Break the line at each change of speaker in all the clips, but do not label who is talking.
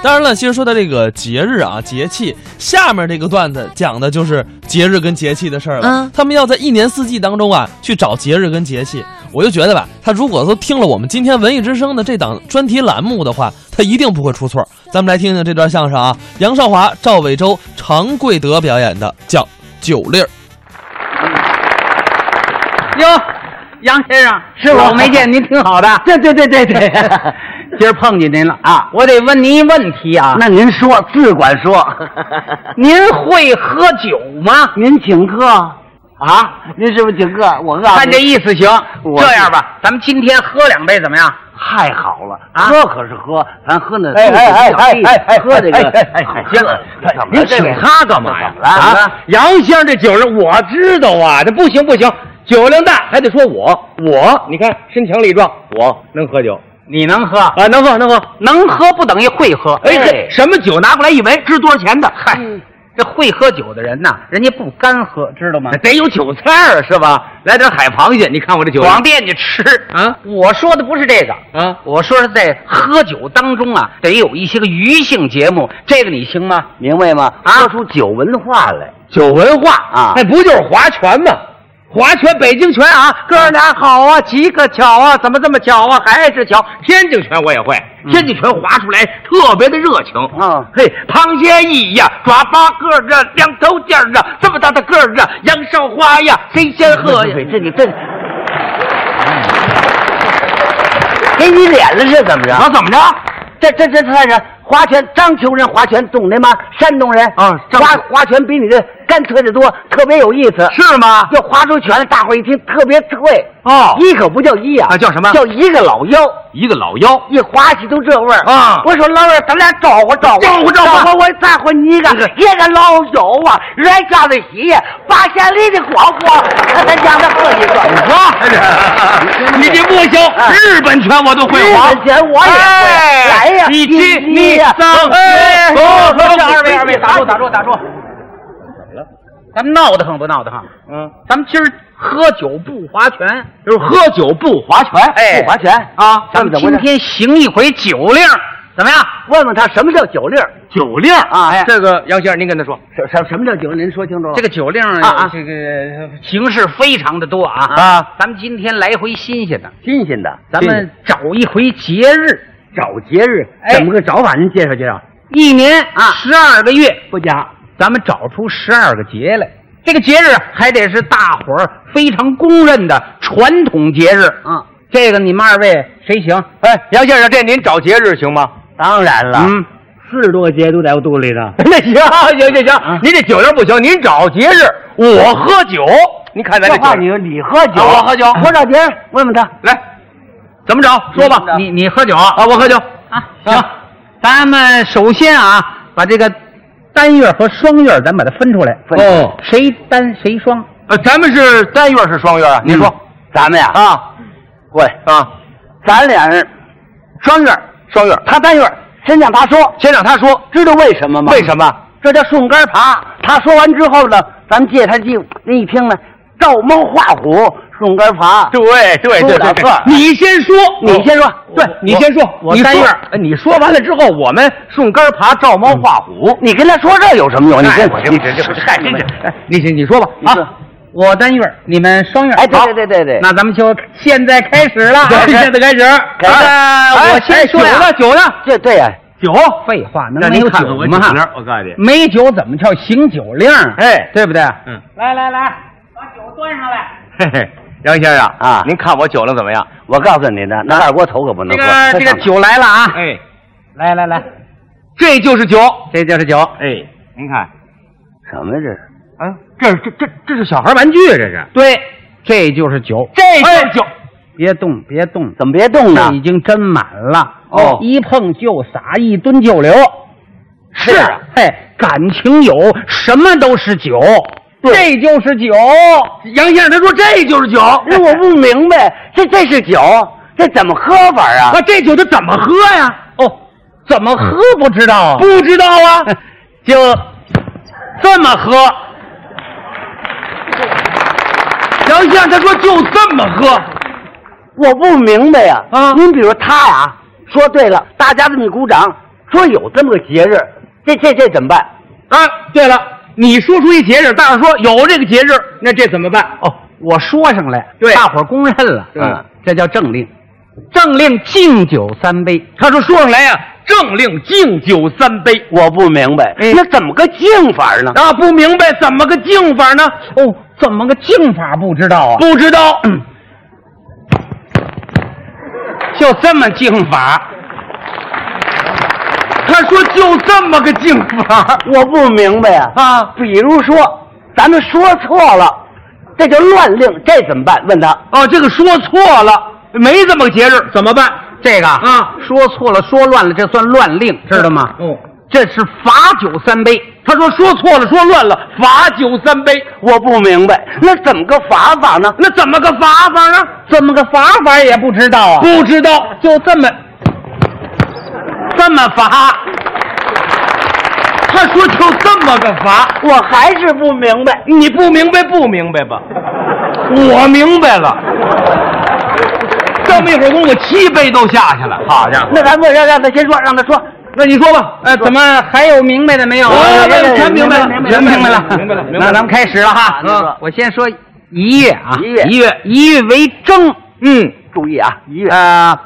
当然了，其实说到这个节日啊、节气，下面这个段子讲的就是节日跟节气的事儿了。
嗯
他们要在一年四季当中啊去找节日跟节气。我就觉得吧，他如果都听了我们今天文艺之声的这档专题栏目的话，他一定不会出错。咱们来听听这段相声啊，杨少华、赵伟洲、常贵德表演的，叫《酒粒儿》。
哟，杨先生，
是我
老没见您挺好的。
对对对对对，
今儿碰见您了啊！我得问您一问题啊。
那您说，自管说，
您会喝酒吗？
您请客
啊，
您是不是请客？我饿了
看这意思行。
我
这样吧，咱们今天喝两杯怎么样？
太好了，
啊
喝可是喝，咱喝那
哎哎哎哎哎哎
喝这个，
哎哎哎哎
行
哎
了，
哎您请
他干嘛呀？
啊
啊，
杨先生这酒量我知道啊，这不行不行，酒量大还得说我我，你看身强力壮，我能喝酒，你能喝啊，能喝能喝，能喝不等于会喝，哎，这什么嗯酒拿过来一闻，值多少钱的？嗨。这会喝酒的人呐，人家不干喝，知道吗？得有酒菜儿是吧？来点海螃蟹，你看我这酒往店去吃啊！我说的不是这个啊，我说是在喝酒当中啊，得有一些个娱性节目，这个你行吗？
明白吗？
啊
喝出酒文化来，
酒文化
啊
那哎不就是划拳吗？划拳，北京拳啊，哥俩好啊，几个巧啊，怎么这么巧啊，还是巧。天津拳我也会，天津拳划出来特别的热情。
嗯
嘿，螃蟹翼呀，抓八个儿啊，两头尖儿啊，这么大的个儿啊，杨少花呀，谁先喝呀？嗯
这你这。给你脸了是怎么着？
我啊怎么着？
这这这算是划拳，章丘人划拳，懂的吗？山东人
啊章丘
划划拳比你这干脆的多，特别有意思。
是吗？
就划出拳来，大伙儿一听特别脆。
哦
一可不叫一啊，
啊叫什么
叫一个老妖，
一个老妖，
一划起都这味儿
啊
我说老二，咱俩找和找和，
找和找和
和，我再和你一个，一个老妖啊，来家的喜，八县里的光光，咱讲的和你说。
哎 你这不行，日本拳我都会划。
日本拳我也
哎
会来呀
你
第
这
一
你
呀
脏，哎，
走走
这
走
二位二位
走
打住打住打住。怎么了？咱们闹得慌不闹得慌？嗯，咱们今儿喝酒不划拳，就是喝酒不划拳，哎，
不划拳
啊！咱
咱
们
们
今天行一回酒令，怎么样？
问问他什么叫酒令儿？
酒令啊
哎
这个杨先生您跟他说，
什什什么叫酒令儿？您说清楚了。
这个酒令
啊啊
这个呃形式非常的多啊
啊！
咱们今天来回新鲜的，
新鲜的，
咱们找一回节日，
找节日
哎
怎么个找法？您介绍介绍。
一年
啊
十二个月，
不假，
咱们找出十二个节来。这个节日还得是大伙儿非常公认的传统节日。
嗯，
这个你们二位谁行？哎，杨先生，这您找节日行 吗？
当然了，
嗯，
四十多个节都在我肚里呢。 嗯
那行行行行，您这酒量不行，您找节日，我喝酒。您看咱
这
这
话
酒
你你喝酒，嗯
啊我喝酒
我找别人问问他。
来，怎么找？说吧，
你
你喝酒啊，我喝酒啊，行
行。
咱们首先啊，把这个单月和双月咱把它分出来。哦
分出来，
谁单谁双？
呃，咱们是单月是双月啊？你说、
嗯
咱们呀，
啊
过来，
啊，
咱俩是双月，
双月。
他单月，先让他说，
先让他说，
知道为什么吗？
为什么？
这叫顺杆爬。他说完之后呢，咱们借他机会，您一听呢，照猫画虎，顺杆爬。
对对
说
对
两
对
个
对，你先说，
你先说，
对，你先说，
我
你
单
说
月
呃你说完了之后，我们顺杆爬，照猫画虎。
嗯
你跟他说这有什么用？你跟
我这这这嗨这这
哎，你你说吧
你说
啊，我单月，你们双月。
哎，
好
对对对对对，
那咱们就现在开始了啊，
对
现在开始。
开始
哎，我先说呀，
啊酒呢，酒呢，
这对呀，
酒。
废话，能
让
没
您
有
看
酒
看我酒
吗？
量，我告诉你，
没酒怎么叫行酒令？
哎
对不对？
嗯，
来来来，把酒端上来。
嘿嘿，杨先生
啊
您看我酒量怎么样？
我告诉你呢，那二锅头可不能
这
喝。
个这个酒来了啊！
哎，
来来来，
这就是酒。
这就是酒。
哎，您看，
什么呀？这是
啊，这这这这是小孩玩具，这是。哎
对，这就是酒。
这就是酒。嗯
别动，别动，
怎么别动呢
这？已经斟满了。
哦
一碰就洒，一蹲就流。
是啊，
嘿，感情有，什么都是酒。
对
这就是酒。
杨先生他说这就是酒，
那我不明白，这这是酒，这怎么喝法啊？
那这酒他怎么喝呀？
哦，怎么喝不知道啊？
不知道 啊，
就这么喝。
杨先生他说就这么喝，
我不明白呀。
啊
您比如他呀，说对了，大家这么一鼓掌，说有这么个节日，这这这怎么办？
啊，对了，你说出一节日，大伙说有这个节日，那这怎么办？
哦，我说上来，
对
大伙儿公认了，
对
啊，这叫政令。政令敬酒三杯，
他说说上来呀、啊政令敬酒三杯。
我不明白，
哎
那怎么个敬法呢？
啊，不明白怎么个敬法呢？
哦，怎么个敬法不知道啊？
哦不知道，就这么敬法。他说就这么个敬法
我不明白呀、
啊
比如说，咱们说错了，这就乱令，这怎么办？问他，
哦，这个说错了，没这么个节日，怎么办？
这个
啊
说错了，说乱了，这算乱令，知道吗？
哦，
这是罚酒三杯。
他说说错了，说乱了，罚酒三杯。
我不明白，那怎么个罚法呢？
那怎么个罚法呢？
怎么个罚法也不知道啊？
不知道，
就这么
这么罚。他说就这么个罚，
我还是不明白。
你不明白不明白吧？我明白了，这么一会儿功夫，七杯都下去了，好家伙！哎
那咱们让让他先说，让他说。
那你说吧，
呃，怎么还有明白的没有啊？
哎
哎哎
全明白了，
明白
全
明白
明白了，
明白了明白了嗯
那咱们开始了哈。
那个
我先说一月啊，
一月
一月，一月为正，嗯，
注意啊，一月
呃，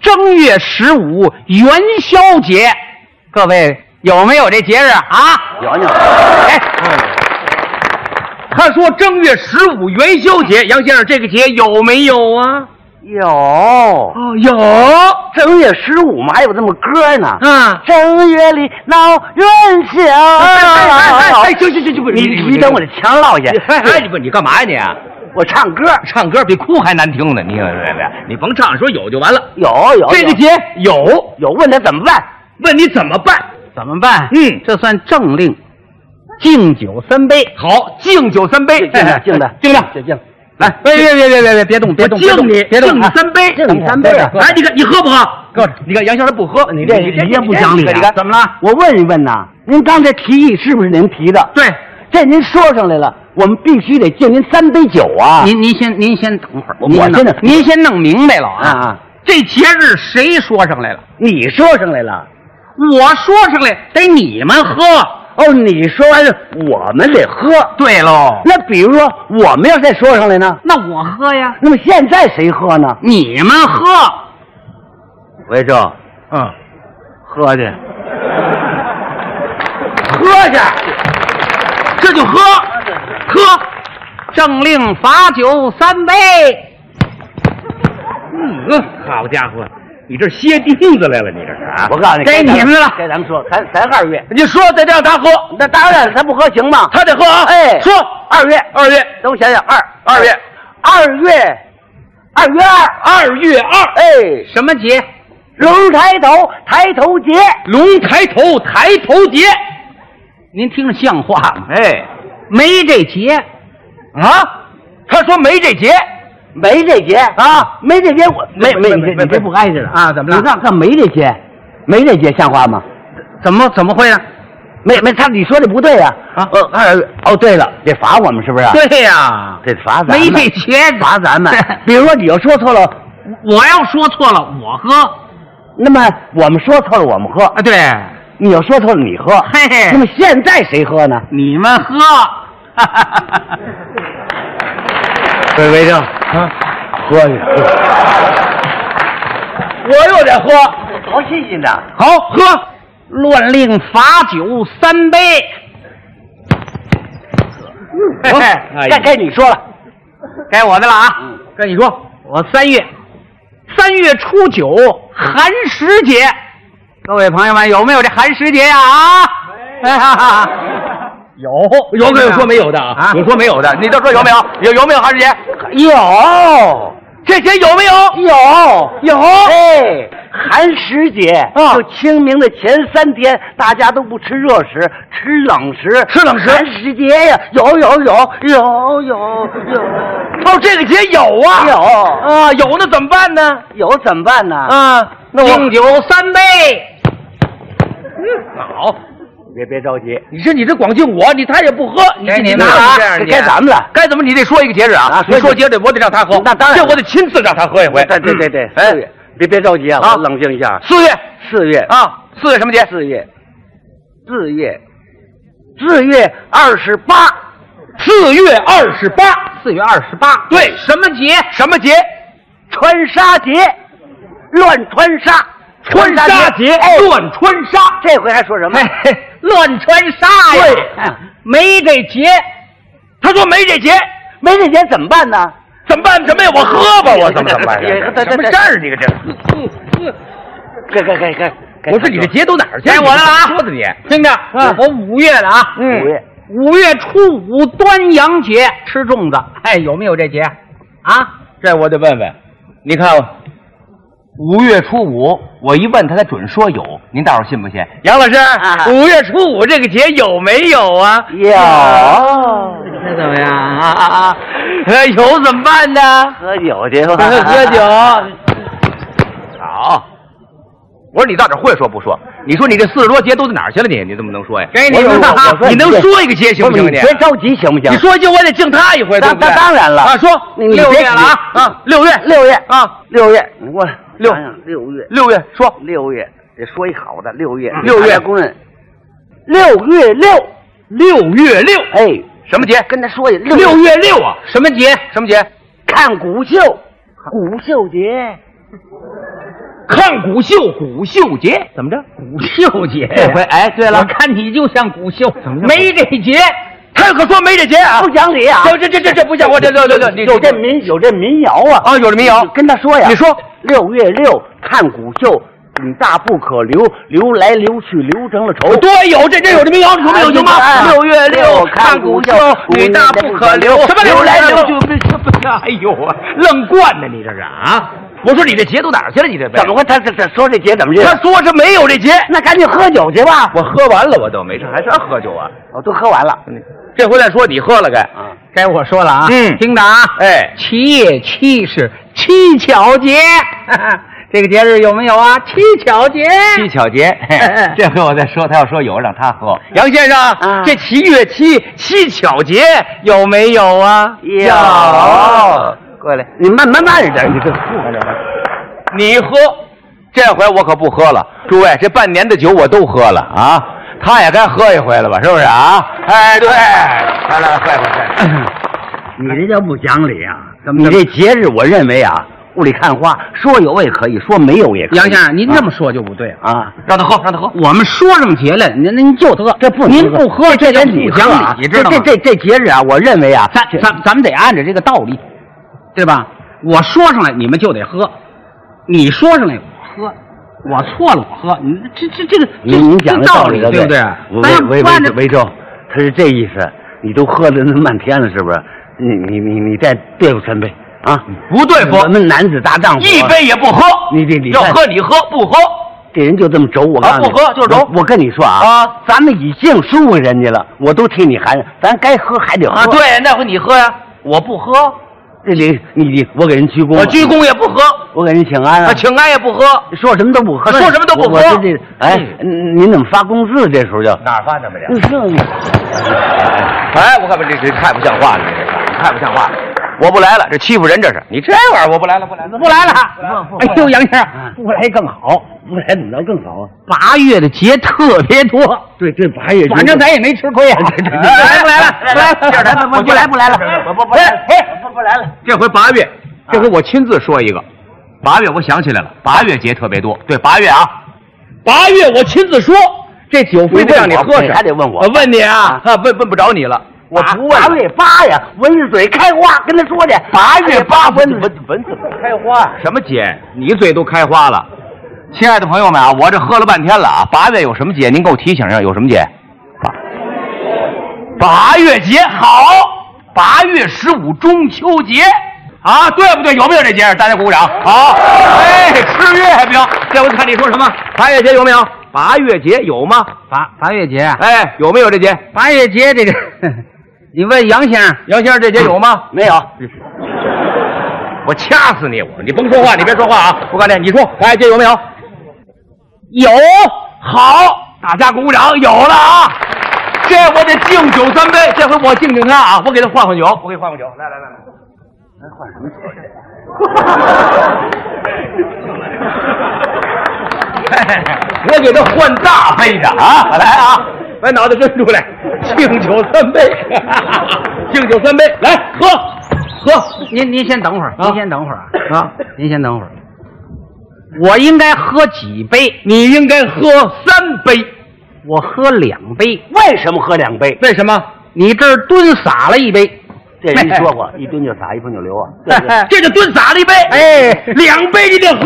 正月十五元宵节，各位有没有这节日啊？
有呢。
哎，
他说正月十五元宵节，杨先生这个节有没有啊？
有
哦，有
正月十五嘛，还有这么歌呢。
啊！
正月里闹元宵。
哎哎哎哎，行行行行，不是
你你等我这腔落下，
哎哎，你不你干嘛呀你？
我唱歌。
唱歌比哭还难听呢，你你甭唱，说有就完了。
有有
这个
有
节有，
有问他怎么办？
问你怎么办？
怎么办？
嗯
这算政令，敬酒三杯。
好，敬酒三杯，
敬的敬的
敬的，
这敬
哎来，别别别别别别别动，别动，别
敬
动
你，
别动
敬你
啊
三杯，
敬你三杯啊
哎，你看你喝不喝？
够着
你看杨先生不喝，
你这
你
你这不讲理
你
啊
看
怎么了？
我问一问呐，您刚才提议是不是您提的？
对，
这您说上来了，我们必须得敬您三杯酒啊！
您您先您先等会儿，我
我
先
真的
弄您先弄明白了啊！
啊
这节日谁说上来了？
你说上来了，
我说上来得你们喝。
哦，你说完了，我们得喝。
对喽，
那比如说，我们要再说上来呢，
那我喝呀，
那么现在谁喝呢？
你们喝。
维正，
嗯，
喝 去，
喝去，这就喝，喝。政令罚酒三杯，
嗯，好家伙，你这歇钉子来了，你这是啊？
我告诉你，
该你们了
该咱们说，咱咱二月，
你说得让他喝，
那当然了，他不喝行吗？
他得喝啊！
哎
说
二月，
二月
等我想想，二
二月，
二月，二月二，
二月二，
哎，
什么节？
龙抬头，抬头节，
龙抬头，抬头节。
您听着像话吗？
哎，
没这节，
啊，他说没这节，
没这节啊，没这节我没
没
没
没
你这你
没
这不挨着了
啊怎么了
你看看没这节，没这节像话吗？
怎么怎么会呢？
没没他你说的不对呀
啊
呃二月哦对了得罚我们是不是？
对呀、
得罚咱们
没这节，
罚咱们。比如说你要说错了，
我要说错了，我喝
那么我们说错了我们喝，
啊，对，
你要说错了你喝，
嘿嘿
那么现在谁喝呢？
你们 喝，
魏为正，啊，喝去，
我又得喝，
好新鲜的。
好喝，乱令罚酒三杯，嘿嘿
哎
该该你说了，
该我的了啊！
跟你说，
我三月，三月初九寒食节，各位朋友们有没有这寒食节呀？啊，哎哈哈
有 有可有说没有的啊？
啊
有说没有的，你都说有没有？有有没有韩世杰？
有
这节有没有？
有
有
哎，寒食节
啊
就清明的前三天，大家都不吃热食，吃冷食，
吃冷食
寒食节呀，有有有有有有
哦，这个节有啊，
有
啊，有那怎么办呢？
有怎么办呢？
啊，那
敬酒三杯，
好，
别别着急，
你说你这光敬我，你他也不喝，你
该
你
您
拿
了
啊
这样
哎这
你
该咱们了。
该怎么你得说一个节日啊？
啊
你
说
说
一个
节日，我得让他喝。
那当然
这我得亲自让他喝一回。
对对对对，四月，别别着急啊，
啊
我冷静一下。
四月，
四四月
啊，四月什么节？
四月，四月，四月二十八，
四月二十八。
四月二十八，
对，
什么节？
什么节？
穿纱节，乱穿纱，
穿纱节，乱穿纱。
哎这回还说什么？
哎，乱穿纱呀！
对
啊
哎没这节，
他说没这节，
没这节怎么办呢？
怎么办？怎么呀？我喝吧，我怎么怎么办？
哎呀
什么事儿？你个这，
给 给给给， 给
不是你这节都哪儿去？
该我了啊！
说的你，
听着，我五月的啊，
嗯
五月
五月初五端阳节吃粽子，哎，有没有这节？啊，
这我得问问。你看，哦五月初五，我一问他，他准说有。您大伙儿信不信？杨老师，
啊
五月初五这个节有没有啊？
有
那怎么样啊啊啊？哎有怎么办呢？
喝酒去吧，
喝 酒。好，我说你到底会说不说？你说你这四十多节都到哪儿去了你？你怎么能说呀？
给你
我说
们
我
啊
我说你能说一个节行不行？
你
你
别着急行不行
你？说一句，我得敬他一回，对
当
不对？
当当然了
啊，说
你你
六
别
月了啊
急
啊，六月
六月
啊，
六月，你给我
六
想想哎六月
六月说嗯
六月，得说一好的六月哎
六月
大家公认，六月六，
六月六
哎，
什么节？
跟他说一六
六月六啊？什么节？什么节？
看古秀，古秀节，
看古秀，古秀节怎么着？
古秀节呀，
这回哎，对
我
了，
看你就像古秀，
么
没这节，
他可说没这节啊
不，讲理啊！
这这这这这不像我这这这这你
有这民有这民谣啊！
啊有这民谣
跟他说呀。
你说
六月六看古秀，你大不可留，留来留去留成了仇。
哦对，有这这有这民谣，有没有有吗？六月六哎看古秀，女大不可留，什么
留
来
来
留
留
去
去？
哎呦啊，愣惯呢你这是啊！我说你这节都哪儿去了？你这
怎么？会？他这这说这节怎么
他
着？
说是没有这节，
那赶紧喝酒去吧，
我喝完了，我都没事，还是要喝酒啊？
我都喝完
嗯
了。
这回再说你喝了该，
啊，
该我说了啊，
嗯
听着啊，
哎，
七月七是七巧节， 这个节日有没有啊？七巧节，
七巧节， 嘿这回我再说，他要说有，让他喝。杨先生，
啊
这七月七七巧节有没有啊？
有
过来，
你慢慢慢着
啊
点，你这
你喝，这回我可不喝了。诸位，这半年的酒我都喝了啊，他也该喝一回了吧？是不是啊？哎， 对，来来，喝一回。喝一回
你这叫不讲理啊！你这节日，我认为啊，雾里看花，说有也可以，说没有也可以。
杨先生，您这么说就不对了。
啊，
让他喝，让他喝。
我们说这么节了，您您就喝，
这不
您不喝，
这
叫
得
不讲理，
这
知道吗？
这这这节日啊，我认为啊，
咱咱咱们得按照这个道理，对吧？我说上来你们就得喝，你说上来我喝，我错了我喝，你这这这个这
您您
这
讲的
道
理
对不对？咱要
维维
不按照
维维州，他是这意思。你都喝了那么半天了，是不是？你你你你再对付陈飞啊！
不对付
我们男子搭档，
一杯也不喝。
你你你
要
看
喝你喝，不喝
这人就这么轴，我告
啊
诉你，
不喝就是轴
我我跟你说啊，
啊
咱们已经输给人家了，我都替你含，咱该喝还得喝。
啊！，对，那回你喝呀，我不喝，
这里你你我给人鞠躬，
我鞠，躬也不喝，
我给人请
嗯
安啊
啊，，请安也不喝。
说什么都不喝，
啊说什么都不喝
我我这这哎，您怎么发工资这时候就？
哪儿发的没
你这
哎，我看这这太不像话了，这个太不像话了！ 我不来了，这欺负人这是。你这玩意儿我不来了，不来了，
不来了，
不不不
哎呦，杨先生
嗯，
不来更好。
不然怎么着更好啊？
八月的节特别多，
对对，八月
反正咱也没吃亏啊。
对对对
来不来了？不来
这儿来
了，
我
不来不来了，
不不不
哎哎
不不来了。
这回八月，
啊
这回我亲自说一个。八月我想起来了，八月节特别多。对，八月啊，八月我亲自说，这酒非得让你喝
你问我
上，
还得问我
我问你啊，啊，问问不着你了，我不问
八
了。
月八呀，蚊子嘴开花，跟他说去。
八月八
蚊
蚊
子
蚊蚊子开花，什么节？你嘴都开花了。亲爱的朋友们啊，我这喝了半天了啊，八月有什么节？您给我提醒一下，有什么节？八八月节好，八月十五中秋节啊，对不对？有没有这节？大家鼓鼓掌。好，哎，吃月饼。这我看你说什么？八月节有没有？八月节有吗？
八八月节啊，
哎，有没有这节？
八月节这个，你问杨先生，
杨先生，这节有吗？
嗯没有，
我掐死你！我，你甭说话，你别说话啊！我告诉你，你说，哎，这有没有？有，好，大家鼓鼓掌，有了啊！这我得敬酒三杯，这回我敬敬他啊，我给他换换酒，我给换换酒，来来来来。换什么
我给他换大杯的啊！来啊，把脑袋伸出来，敬酒三杯， 敬酒三杯，来喝喝
您您先等会儿，
啊
您先等会儿啊，
啊！
您先等会儿。我应该喝几杯？
你应该喝三杯，
我喝两杯。
为什么喝两杯？
为什么？
你这儿蹲洒了一杯，
这人说过，一蹲就洒，一碰就流啊。对不对
这就蹲洒了一杯，
哎
两杯你得喝，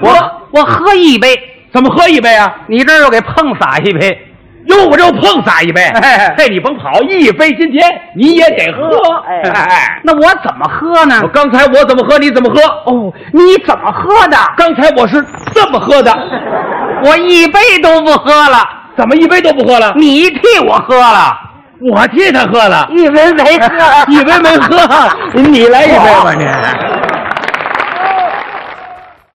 我我喝一杯，
怎么喝一杯啊？
你这儿又给碰洒一杯。
哟，我这又碰洒一杯，
哎
嘿，你甭跑，一杯今天你也得喝，
哎
哎，
那我怎么喝呢
我？刚才我怎么喝，你怎么喝？哦，
你怎么喝的？
刚才我是这么喝的，
我一杯都不喝了，
怎么一杯都不喝了？
你替我喝了，
我替他喝了，
一杯没喝，
一杯没喝，你来一杯吧你。